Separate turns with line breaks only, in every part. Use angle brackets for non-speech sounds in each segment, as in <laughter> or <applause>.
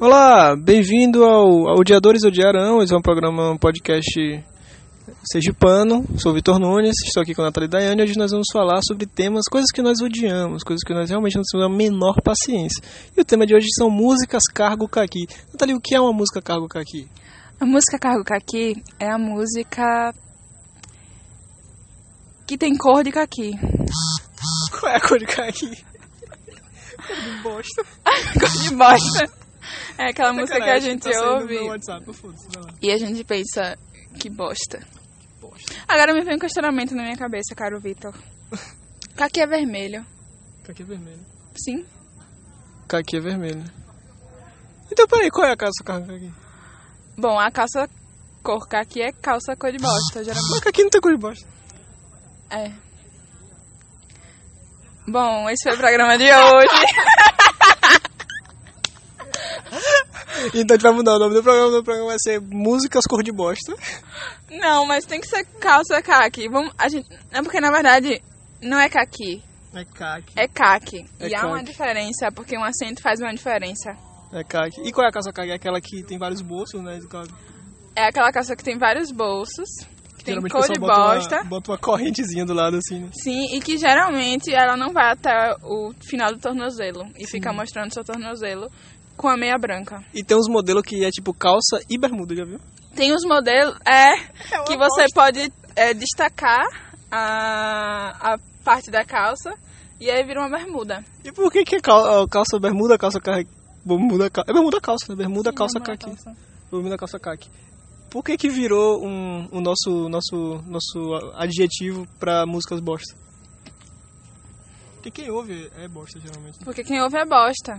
Olá, bem-vindo ao, ao Odiadores Odiarão. Esse é um programa, um podcast sergipano. Sou o Vitor Nunes, estou aqui com a Natália e Daiane. Hoje nós vamos falar sobre temas, coisas que nós odiamos, coisas que nós realmente não temos a menor paciência. E o tema de hoje são músicas cargo caqui. Natália, o que é uma música cargo caqui?
A música Cargo Caqui é a música que tem cor de caqui. <laughs>
Qual é a cor de caqui? Cor de bosta.
cor de bosta. É aquela música que a
Sacanagem,
gente
tá saindo no
ouve
WhatsApp, foda-se, vai lá.
e a gente pensa que bosta.
Bosta.
Agora me vem um questionamento na minha cabeça, caro Vitor. Caqui é vermelho.
Caqui é vermelho.
Sim?
Caqui é vermelho. Então, peraí, qual é a calça do cargo caqui?
Bom, a calça cor caqui é calça cor de bosta, geralmente.
Mas caqui não tem cor de bosta.
É. Bom, esse foi o programa de hoje.
Então a gente vai mudar o nome do programa. O nome do programa vai ser Músicas Cor de Bosta.
Não, mas tem que ser calça caqui. Vamos, a gente, é porque na verdade não é caqui.
É caque.
É caque.
É
e há uma
caque.
diferença, porque um acento faz uma diferença.
É caque. E qual é a calça caque? É aquela que tem vários bolsos, né? Do caque.
É aquela calça que tem vários bolsos, que tem
Geralmente o
cor de
pessoal bota
bosta.
Uma, bota uma correntezinha do lado assim, né?
Sim, e que geralmente ela não vai até o final do tornozelo. E fica mostrando seu tornozelo com a meia branca.
E tem uns modelos que é tipo calça e bermuda, já viu?
Tem os modelos, é,
uma
que você pode é, destacar a, a parte da calça e aí vira uma bermuda.
E por que que é cal- calça bermuda, calça caque? Bermuda, cal- é bermuda calça, né? Bermuda calça caque. Bermuda calça caque. Por que que virou um, o nosso, nosso, nosso adjetivo pra músicas bosta? Porque quem ouve é bosta, geralmente.
Porque quem ouve é bosta.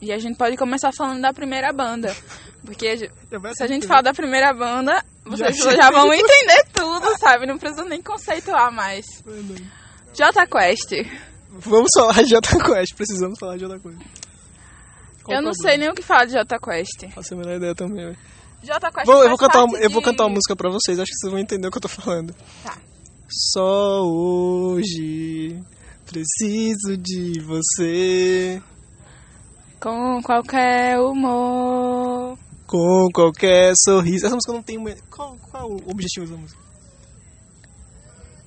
E a gente pode começar falando da primeira banda. Porque a gente-
É,
se a gente
né?
falar da primeira banda, vocês
Já-
já, vão entender tudo, sabe? Não precisa nem conceituar mais. Jota Quest.
Vamos falar de outra Quest, precisamos falar de outra coisa.
eu não sei nem o que falar de Jota Quest.
Faço a menor ideia também, velho.
Jota Quest
Vou- eu,
faz
vou cantar uma,
parte
eu vou
de-
cantar uma música pra vocês, acho que vocês vão entender o que eu tô falando.
Tá.
Só hoje preciso de você
Com qualquer humor.
com qualquer sorriso. Essa música não tem. uma- Qual, qual o objetivo da música?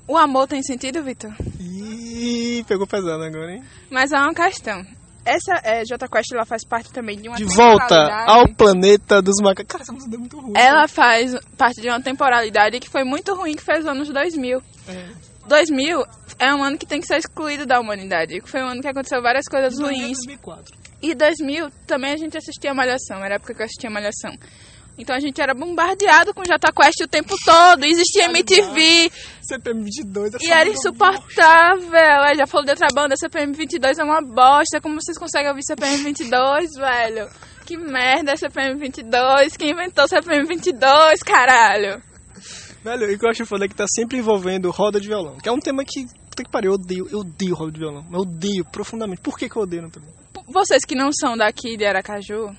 O amor tem sentido, Vitor?
Ih, pegou pesado agora, hein?
Mas há uma questão. Essa é, Jota Quest ela faz parte também de uma
De volta
temporalidade.
ao planeta dos macacos. Cara, essa música é muito ruim.
Ela faz parte de uma temporalidade que foi muito ruim que fez os anos 2000.
É.
2000 é um ano que tem que ser excluído da humanidade. que Foi um ano que aconteceu várias coisas
é
ruins.
2004.
E 2000 também a gente assistia Malhação. Era a época que eu assistia Malhação. Então a gente era bombardeado com Jota Quest o tempo todo. Existia MTV.
CPM 22
E
essa
era
música é
insuportável. Aí já falou de outra banda. CPM 22 é uma bosta. Como vocês conseguem ouvir CPM 22, <laughs> velho? Que merda é CPM 22. Quem inventou CPM 22, caralho?
Velho, e o que eu acho foda é que tá sempre envolvendo roda de violão, que é um tema que, puta que pariu, eu odeio, eu odeio roda de violão, eu odeio profundamente. Por que que eu odeio, Natalia?
P- Vocês que não são daqui de Aracaju,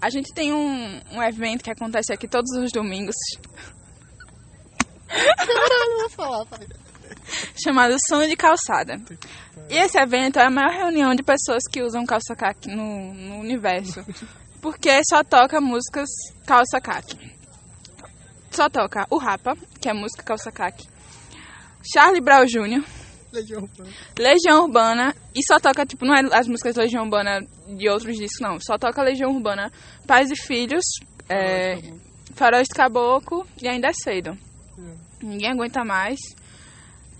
a gente tem um, um evento que acontece aqui todos os domingos,
Caralho, eu vou falar, pai.
chamado Sonho de Calçada. E esse evento é a maior reunião de pessoas que usam calça caqui no, no universo, porque só toca músicas calça caqui. Só toca o Rapa, que é música calça caqui, Charlie Brown Jr.,
Legião Urbana.
Legião Urbana e só toca, tipo, não é as músicas de Legião Urbana de outros discos, não. Só toca Legião Urbana, Pais e Filhos, é, Faróis de Caboclo e Ainda é Cedo. Ninguém aguenta mais.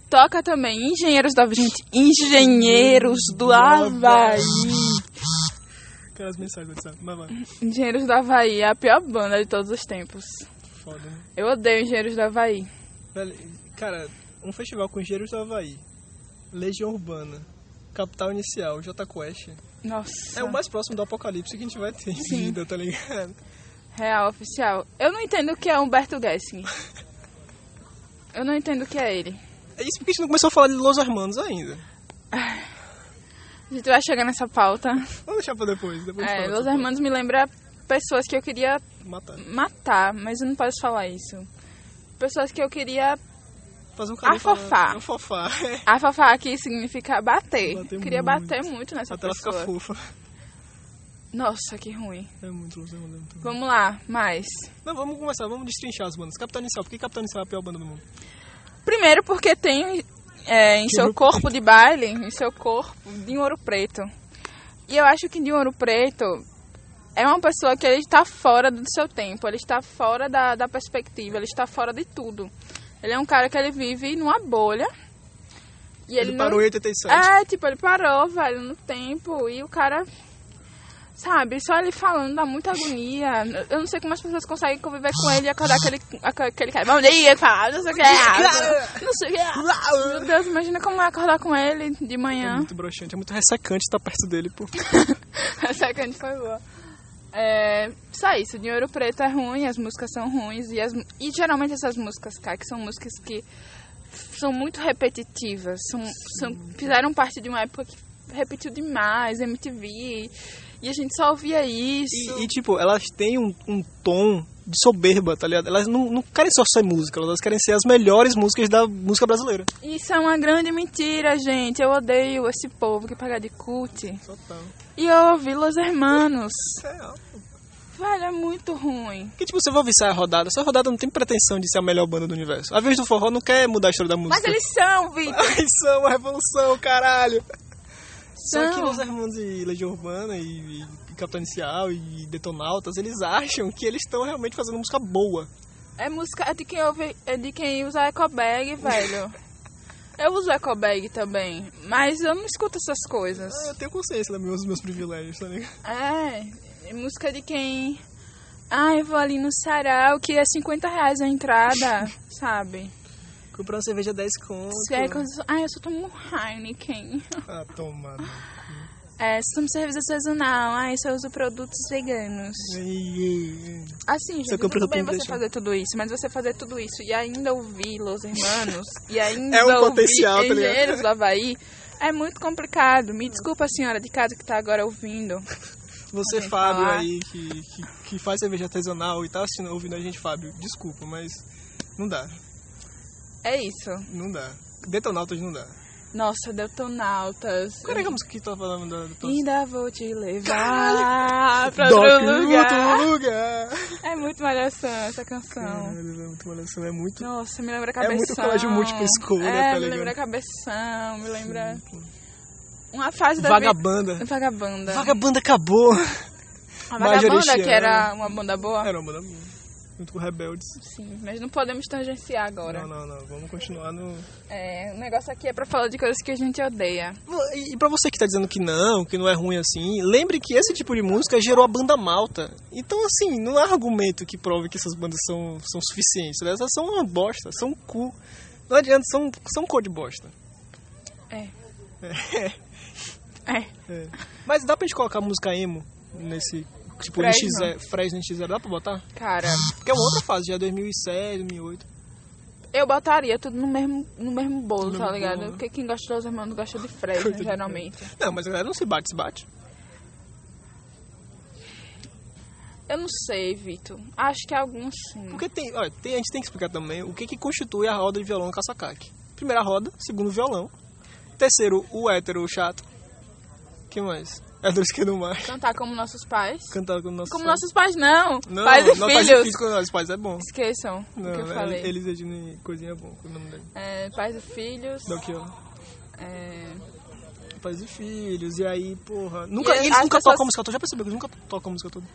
Toca também Engenheiros do Havaí. Gente, Engenheiros do Havaí.
Aquelas mensagens, sabe? Mas vai,
Engenheiros do Havaí é a pior banda de todos os tempos.
foda, né?
Eu odeio Engenheiros do Havaí.
Velho, cara, um festival com Engenheiros do Havaí, Legião Urbana, Capital Inicial, Jota Quest,
Nossa.
é o mais próximo do apocalipse que a gente vai ter em
Tá. Sim.
vida, tá ligado?
Real oficial. Eu não entendo o que é Humberto Gessing. Eu não entendo o que é ele.
É isso porque a gente não começou a falar de Los Hermanos ainda.
A gente vai chegar nessa pauta.
Vamos deixar pra depois, depois
É,
fala
Los
dessa
Hermanos me lembra pessoas que eu queria
porra. Matar.
matar, mas eu não posso falar isso. Pessoas que eu queria.
Fazer um carinho pra-
Afofar.
Afofar, é.
A fafá aqui significa bater.
Bater
queria
muito.
bater muito nessa
Até ela
Tipo pessoa.
ficar fofa.
Nossa, que ruim.
É muito Los Hermanos. muito ruim.
Vamos lá, mais.
Não, vamos começar, vamos destrinchar as bandas. Capitão Inicial, por que Capitão Inicial é a pior banda do mundo?
Primeiro porque tem é, em seu corpo de baile, em seu corpo, de um ouro preto. E eu acho que de um ouro preto é uma pessoa que ele está fora do seu tempo, ele está fora da, da perspectiva, ele está fora de tudo. Ele é um cara que ele vive numa bolha. E
ele
ele, não-
parou em 87.
É, tipo, ele parou, velho, no tempo. E o cara, sabe, só ele falando dá muita agonia. Eu não sei como as pessoas conseguem conviver com ele e acordar aquele, aquele cara. Bom dia, cara, não sei o que. ah, Não sei o que. ah." Meu Deus, imagina como é acordar com ele de
É
manhã.
muito broxante, é muito ressecante estar perto dele,
<laughs>
pô.
Essa grande foi boa. É, só isso, Dinheiro Preto é ruim, as músicas são ruins. E, as, e geralmente essas músicas, cara, que são músicas que são muito repetitivas. São, são, fizeram parte de uma época que repetiu demais, MTV. E a gente só ouvia isso.
E, e, tipo, elas têm um, um tom de soberba, tá ligado? Elas não, não querem só ser música, elas querem ser as melhores músicas da música brasileira.
Isso é uma grande mentira, gente. Eu odeio esse povo que paga de cult. E eu ouvi Los Hermanos. Velho, é muito ruim.
É, Porque, tipo, você vai ouvir saia rodada, essa rodada não tem pretensão de ser a melhor banda do universo. A vez do forró não quer mudar a história da música.
Mas eles são, Vitor.
Ai, são a revolução, caralho! Só
São.
que Los Hermanos e Legião Urbana e, e Capitão Inicial e Detonautas, eles acham que eles estão realmente fazendo música boa.
É música é de quem ouve, é de quem usa ecobag, velho. Eu uso ecobag também, mas eu não escuto essas coisas.
Ah, eu tenho consciência dos meus, dos meus privilégios, tá ligado?
É, é música de quem Ai, vou ali no sarau, que é 50 reais a entrada, sabe?
Comprar uma cerveja 10 conto.
Se é coisa- Ai, eu só tomo Heineken.
Ah, toma.
É, só tomo cerveja sazonal. Ai, só uso produtos veganos. Assim,
Só compra né?
gente, tudo bem
roupinha
você
inglesa.
fazer tudo isso, mas você fazer tudo isso e ainda ouvir Los Hermanos e
<laughs>
ainda
É um
ouvir
potencial, tá ligado?
Engenheiros do Havaí é muito complicado. Me desculpa a senhora de casa que tá agora ouvindo.
Você,
Sem
Fábio,
falar.
aí, que, que, que faz cerveja artesanal e tá assistindo, ouvindo a gente, Fábio, desculpa, mas não dá,
É isso.
não dá. Detonautas não dá.
Nossa, Detonautas.
Qual é a música que tá falando da Detonautas?
Ainda vou te levar pra
Doc,
outro lugar.
outro lugar.
É muito malhação essa canção.
Caralho, é muito malhação, é muito...
Nossa, me lembra
É
cabeção.
muito colégio múltipla escolha,
é,
tá
me
ligado?
lembra cabeção, me lembra uma fase da vida-
Vagabanda.
Vagabanda.
Vagabanda acabou.
A Vagabanda,
Majoriciana.
que era uma banda boa?
Era uma banda boa, junto com Rebeldes.
Sim, mas não podemos tangenciar agora.
Não, não, não, vamos continuar no...
É, o negócio aqui é pra falar de coisas que a gente odeia.
E e pra você que tá dizendo que não, que não é ruim assim, lembre que esse tipo de música gerou a banda malta. Então, assim, não há argumento que prove que essas bandas são, são suficientes. né? Elas são uma bosta, são um cu. Não adianta, são, são um cor de bosta.
É.
É.
É.
É. Mas dá pra gente colocar música emo nesse. Tipo,
Fresno.
NX0, Fresno NX0, dá pra botar?
Cara,
Porque é uma outra fase, já é 2007, 2008.
eu botaria tudo no mesmo, no mesmo
No
bolo, tá
mesmo
ligado?
bolo, né?
Porque quem gosta dos irmãos gosta de Fresno,
Coisa de
geralmente.
Não, mas a galera não se bate, se bate.
Eu não sei, Vitor. Acho que alguns sim.
Porque tem, olha, tem- a gente tem que explicar também o que, que constitui a roda de violão caça-caque. Primeira roda, segundo violão, terceiro o hétero o chato. Que mais? Hétero esquerdo mais.
Cantar Então tá, como nossos pais.
Cantado com nossos
Como
pais.
nossos pais, não.
Não,
pais e
não,
filhos.
Pais e filhos com nossos pais é bom.
Esqueçam
Não, é
o que eu falei.
Eles Regina e coisinha é bom, com o nome dele.
É, pais e filhos.
Belchior.
é,
Pais e filhos, e aí, porra. Nunca,
E
e eles
as
nunca
pessoas-
tocam a música toda, já percebeu que eles nunca tocam a música toda.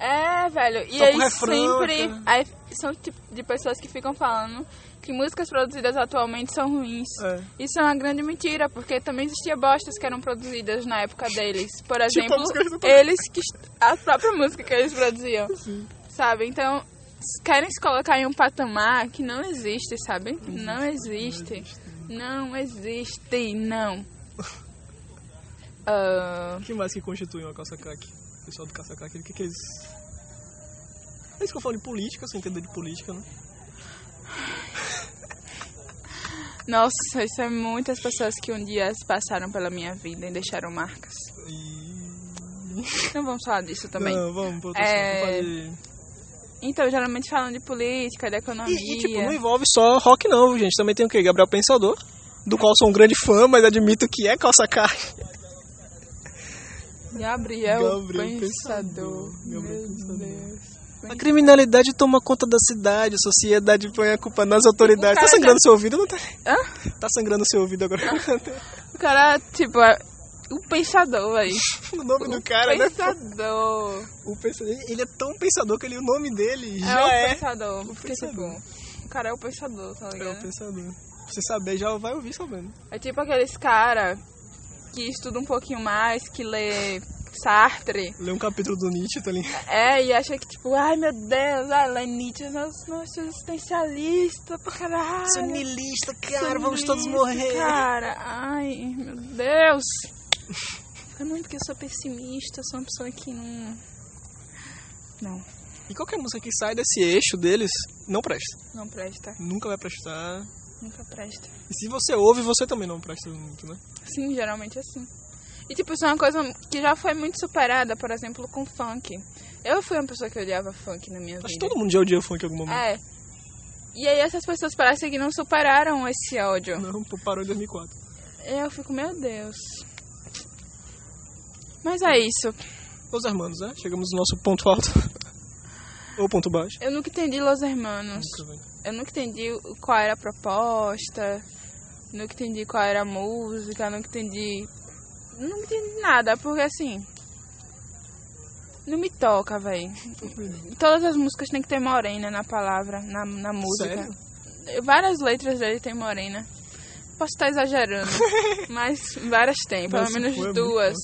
É, velho. E
Toca
aí
o refrão,
sempre.
cara.
Aí são tipo de pessoas que ficam falando que músicas produzidas atualmente são ruins.
É.
Isso é uma grande mentira, porque também existia bostas que eram produzidas na época deles. Por
Tipo a
exemplo,
música que eles não produzem.
eles que. A própria música que eles produziam. Sabe? Então, s- querem se colocar em um patamar que não existe, sabe? Não existe. Não existe, <laughs> não. Ah,
O que mais que constitui uma caça-caque? O pessoal do caça-caque, o que que eles... É isso que eu falo de política, sem entender de política, né?
Nossa, isso é muitas pessoas que um dia passaram pela minha vida e deixaram marcas.
E...
Não vamos falar disso também.
Não, vamos pro outro
É,
assunto, pode-
Então, geralmente falam de política, de economia.
E, e, tipo, não envolve só rock não, viu, gente. Também tem o quê? Gabriel Pensador, do qual sou um grande fã, mas admito que é calça carne.
Gabriel,
Gabriel
Pensador.
Pensador. Gabriel
Meu
Pensador.
Deus.
A criminalidade toma conta da cidade, a sociedade põe a culpa nas autoridades.
O
Tá
cara
sangrando seu ouvido, não tá?
Hã?
Tá sangrando seu ouvido agora.
O cara, tipo, é o pensador, velho.
<laughs> o nome do cara, né?
pensador.
O pensador. Ele é tão pensador que ele, o nome dele
É
já
o
é.
pensador.
o
porque,
pensador.
tipo, o cara é o pensador, tá
É o
ligado?
pensador. Pra Você saber, já vai ouvir sabendo.
É, tipo aqueles cara que estuda um pouquinho mais, que lê Sartre.
Lê um capítulo do Nietzsche, tá ligado?
É, e acha que, tipo, ai meu Deus, ah, lá em Nietzsche, nós, nós somos existencialistas pra caralho.
Sou niilista, cara,
Sou
vamos todos
niilista,
morrer.
Cara, ai, meu Deus. Eu não, porque eu sou pessimista, eu sou uma pessoa que não. Não,
E qualquer música que sai desse eixo deles, não presta.
não presta.
Nunca vai prestar.
Nunca presta.
E se você ouve, você também não presta muito, né?
Sim, geralmente é assim. E tipo, isso é uma coisa que já foi muito superada, por exemplo, com funk. Eu fui uma pessoa que odiava funk na minha
Acho que
vida.
todo mundo já odia funk em algum momento.
É. E aí essas pessoas parecem que não superaram esse ódio.
Não, pô, parou em 2004.
É, Eu fico, meu Deus. Mas é isso.
Os hermanos, né? Chegamos no nosso ponto alto. <laughs> Ou ponto baixo.
Eu nunca entendi Los Hermanos.
Nunca, velho.
Eu nunca entendi o- qual era a proposta. Nunca entendi qual era a música. Nunca entendi. Nunca entendi nada, porque assim. Não me toca, véi. Todas as músicas tem que ter morena na palavra, na, na música.
Sério?
Várias letras dele tem morena. Posso
<laughs>
estar exagerando, mas várias tem, pelo
Nossa,
menos
foi muito
duas.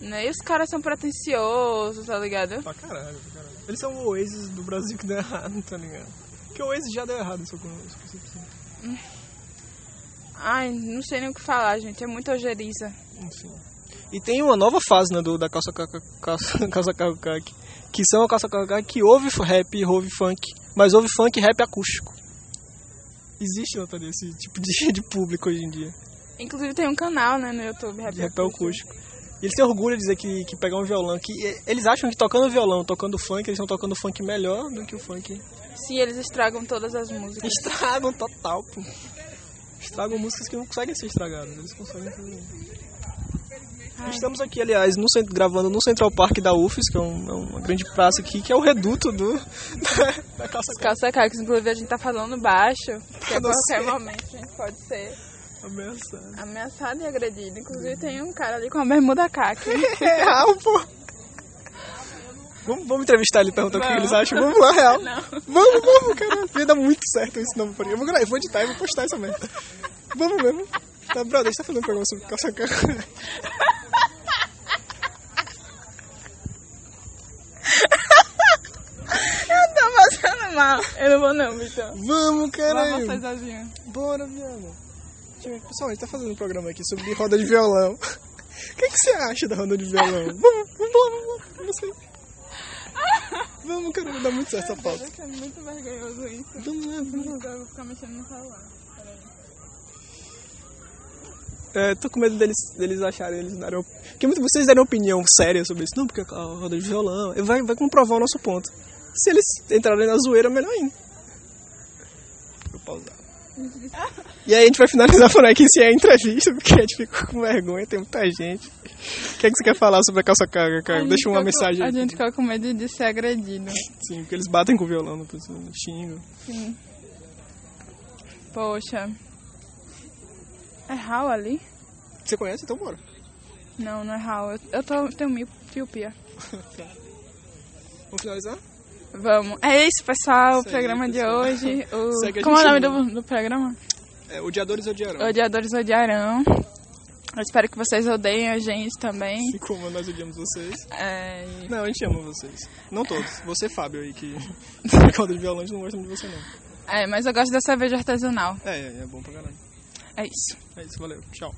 Né? E os caras são pretensiosos, tá ligado?
Pra caralho, pra caralho. Eles são o Oasis do Brasil que deu errado, tá ligado? Porque o Oasis já deu errado em sua concepção.
Ai, não sei nem o que falar, gente. É muito ojeriza.
Enfim. E tem uma nova fase, né, do, da calça caca- calça <laughs> calça cacaque, que são a calça cacaque que ouve rap, ouve funk, mas ouve funk e rap acústico. Existe, Natalia, esse tipo de, <laughs> de público hoje em dia,
Inclusive tem um canal, né, no YouTube, Rap
de rap acústico. E eles têm orgulho de dizer que, que pegar um violão, que e- eles acham que tocando violão, tocando funk, eles estão tocando funk melhor do que o funk.
Sim, eles estragam todas as músicas.
Estragam total, pô. Estragam músicas que não conseguem ser estragadas, eles conseguem fazer.
Ai,
Estamos aqui, aliás, no cent- gravando no Central Park da UFES, que é, um- é uma grande praça aqui, que é o reduto do, <laughs> da, da calça
os calça cacos, inclusive a gente tá falando baixo, é porque a
Não
qualquer
sei.
momento a gente pode ser
ameaçada.
ameaçado e agredido. Inclusive tem um cara ali com a bermuda caca. <laughs>
É real, pô. Vamos, vamos entrevistar ele e perguntar o que
Vamos.
eles acham. Vamos lá, real.
Não.
Vamos, vamos, cara. Ia dar muito certo esse nome por aí. Eu vou, gra- eu vou editar e vou postar essa merda. Vamos mesmo. Tá, brother, a gente tá fazendo um programa sobre calça caca.
Eu tô passando mal. Eu não vou não, Vitor.
<laughs> Vamos,
Vai
caralho.
você sozinho.
Bora, viado. Gente, Pessoal, a gente tá fazendo um programa aqui sobre roda de violão. <laughs> O que, que você acha da roda de <laughs> violão? Vamos, vamos lá, vamos lá. Vamos, sair. vamos caramba, dá muito certo essa pauta.
É muito vergonhoso isso.
Vamos lá, vamos lá.
Eu vou ficar mexendo no celular.
É, tô com medo deles, deles acharem, eles darem. op- Porque muito, vocês darem opinião séria sobre isso. Não, porque a roda de violão. Vai, vai comprovar o nosso ponto. Se eles entrarem na zoeira, melhor ainda. Vou pausar. E aí a gente vai finalizar por aqui se é entrevista, porque a gente ficou com vergonha, tem muita gente. O que é que você quer falar sobre a calça carga, cara? Deixa uma mensagem
A
aí.
gente fica com medo de ser agredido.
Sim, porque eles batem com o violão, não precisa, xingam.
Sim. Poxa. É Hal ali?
Você conhece? Então
<laughs>
bora.
Não, não é Hal. Eu, eu tô, tenho mi- miopia.
Vamos finalizar?
Vamos. É isso, pessoal.
Isso
o
aí,
programa
pessoal.
de hoje.
<laughs> Segue
O...
a
Como é o
gente
nome
no-
do, do programa?
É, odiadores odiarão.
Odiadores Odiarão. Eu espero que vocês odeiem a gente também.
E como nós odiamos vocês.
É, e-
Não, a gente ama vocês. Não todos. Você, Fábio, aí, que <laughs> que calda de violão, a gente não gosta muito de você, não.
é, mas eu gosto da cerveja artesanal.
É, é, é bom pra caralho.
É isso.
É isso, valeu. Tchau.